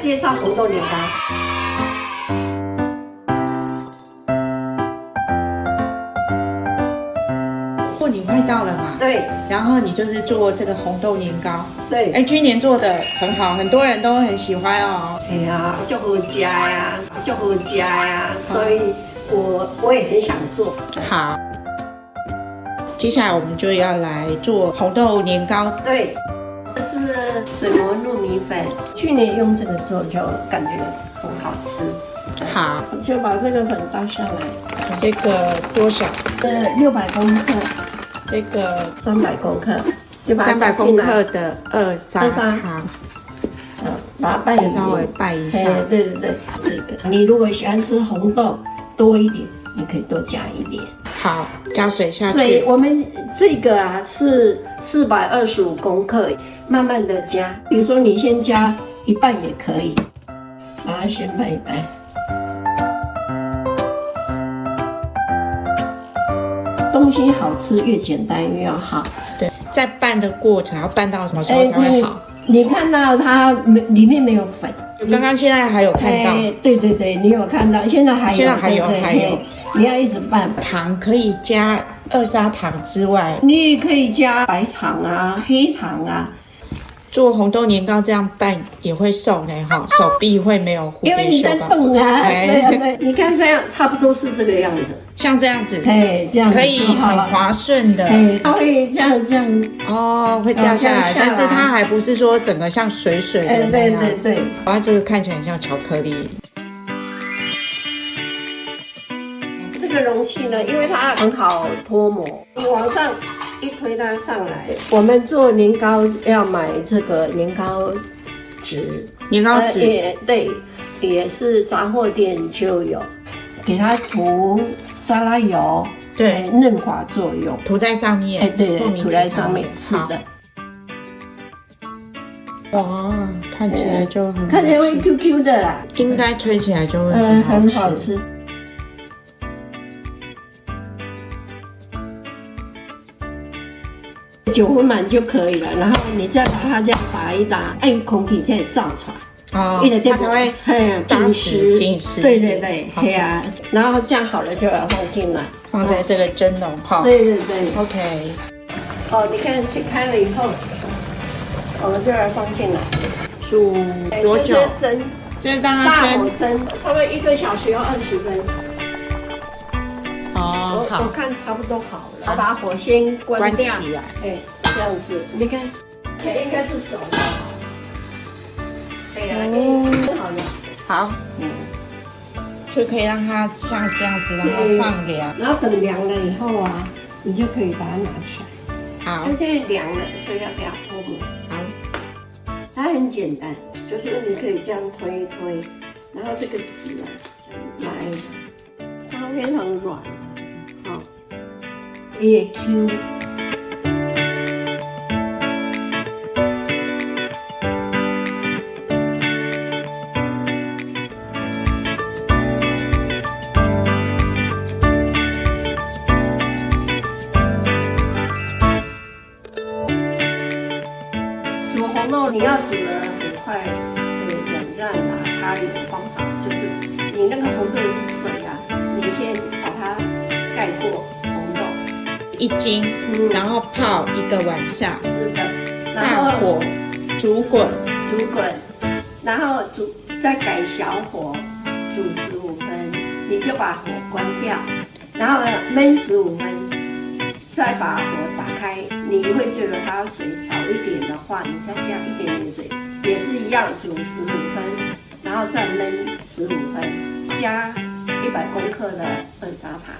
介绍红豆年糕。过年快到了嘛，对然后你就是做这个红豆年糕，对，哎，去年做的很好，很多人都很喜欢哦。哎呀，就回家呀，就回家呀，所以我我也很想做。好，接下来我们就要来做红豆年糕，对，这是水磨糯米粉，去年用这个做就感觉很好吃。好，就把这个粉倒下来，这个多少？呃，六百公克，这个三百公克，就把它三百加公进来克，的二砂二砂糖，嗯，把它拌也匀稍微拌一下哎，对对对，这个你如果喜欢吃红豆多一点，你可以多加一点。好，加水下所以去，我们这个啊是四百二十五公克，慢慢的加，比如说你先加一半也可以，把它先拌一拌。东西好吃越简单越好。哎对，在拌的过程要拌到什么时候才会你好？你看到它没里面没有粉，就刚刚现在还有看到哎对对对，你有看到，现在还有，现在还有对对还有嘿你要一直拌。糖可以加二砂糖之外，你也可以加白糖啊、黑糖啊，做红豆年糕这样拌也会瘦呢哈，手臂会没有蝴因为蝶你袖在吧？动啊，哎对啊对，你看这样差不多是这个样子，像这样子哎，这样子 可以就好很了，滑顺的哎，它会这样这样，哦，会掉下嗯来，这样下来但是它还不是说整个像水水哎的，那对样。对对，哇，这个看起来很像巧克力，这个容器呢，因为它很好脱模，你往上一推它上来。我们做年糕要买这个年糕纸，年糕呃纸也对，也是杂货店就有，给它涂沙拉油，对哎嫩滑作用。涂在上面，哎，对透明对，纸涂在上面，是好的，哇，哦看起来就很看起来会 QQ 的啦，应该吹起来就会嗯，很很好好吃。吃。九分满就可以了，然后你再把它这样打一打，按空气再造出来，哦一点点它才会嘿扎紧实实，紧实对对对，好对呀、然后这样好了就要放进来，放在这个蒸笼哈。对对对。 OK，哦，你看水开了以后，我们就来放进来。煮多久？哎这些蒸，这是让它大火蒸蒸，差不多一个小时要二十分。哦我，我好，看差不多好了，我把火先关关掉。起来。哎，这样子，你看，这应该是熟的。对呀、啊，哦哎正好了。好，嗯，就可以让它像这样子，然后放凉。然后等凉了以后啊，你就可以把它拿起来。嗯好它，现在凉了，啊所以要给它脱模。好，它很简单，就是你可以这样推一推，然后这个纸啊，这样拉一拉，它非常软，好、也 Q。煮红豆你要煮的很快，呃，软烂啊，它有方法，就是你那个红豆是水啊，你先把它盖过红豆，一斤，嗯然后泡一个晚上，是的，然大后火煮滚。煮滚，然后煮再改小火煮十五分，你就把火关掉，然后呢焖十五分，再把火打开，你会觉得它水少一点的话，你再加一点点水，也是一样煮十五分，然后再焖十五分，加一百公克的二砂糖。